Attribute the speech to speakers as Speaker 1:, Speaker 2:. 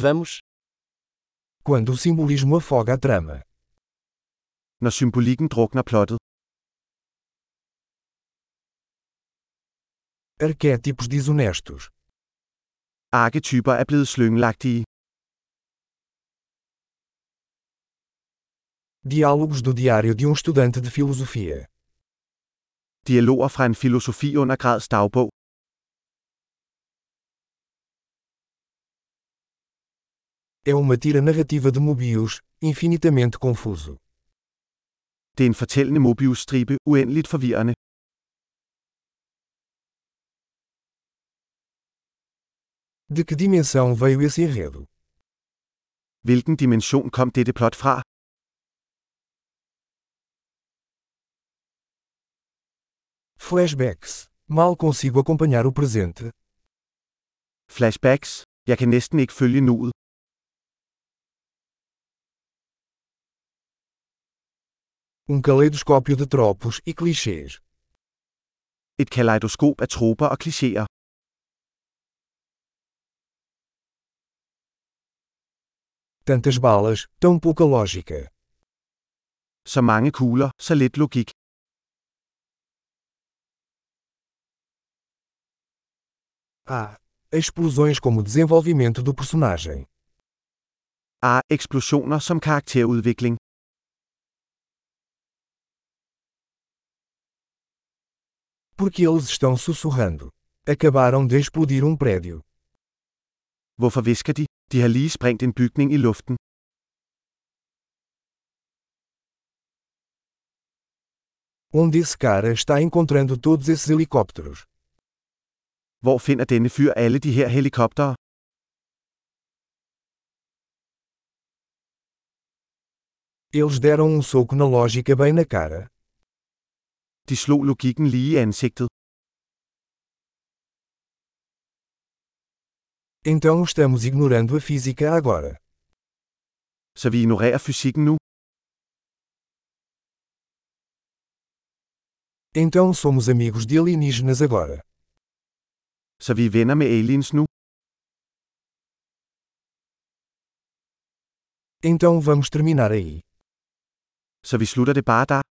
Speaker 1: Vamos.
Speaker 2: Quando o simbolismo afoga a trama.
Speaker 3: Når symbolikken drukner plottet.
Speaker 2: Arquétipos desonestos.
Speaker 3: Arketyper er blevet slyngelagtige.
Speaker 2: Diálogos do diário de um estudante de filosofia.
Speaker 3: Dialoger fra en filosofiundergrads dagbog.
Speaker 2: É uma tira narrativa de Mobius, infinitamente confuso.
Speaker 3: Det er en fortællende Mobius-stribe, uendeligt forvirrende.
Speaker 2: De que dimensão veio esse enredo?
Speaker 3: Hvilken dimension kom dette plot fra?
Speaker 2: Flashbacks. Mal consigo acompanhar o presente.
Speaker 3: Flashbacks. Jeg kan næsten ikke følge nuet.
Speaker 2: Um caleidoscópio de tropos e clichês.
Speaker 3: Et kaleidoskop af troper og klichéer.
Speaker 2: Tantas balas, tão pouca lógica.
Speaker 3: Så mange kugler, så lidt logik.
Speaker 2: Ah, explosões como desenvolvimento do personagem.
Speaker 3: Ah, eksplosioner som karakterudvikling.
Speaker 2: Porque eles estão sussurrando. Acabaram de explodir um prédio.
Speaker 3: Hvorfor visker de? De har lige sprængt en bygning i luften.
Speaker 2: Onde esse cara está encontrando todos esses helicópteros?
Speaker 3: Hvor finder denne fyr alle de her helikoptere?
Speaker 2: Eles deram um soco na lógica bem na cara.
Speaker 3: De slog logikken lige i ansigtet.
Speaker 2: Então estamos ignorando a física agora.
Speaker 3: Så vi ignorerer fysikken nu.
Speaker 2: Então somos amigos de alienígenas agora.
Speaker 3: Så vi er venner med aliens nu.
Speaker 2: Então vamos terminar aí.
Speaker 3: Så vi slutter det bare der.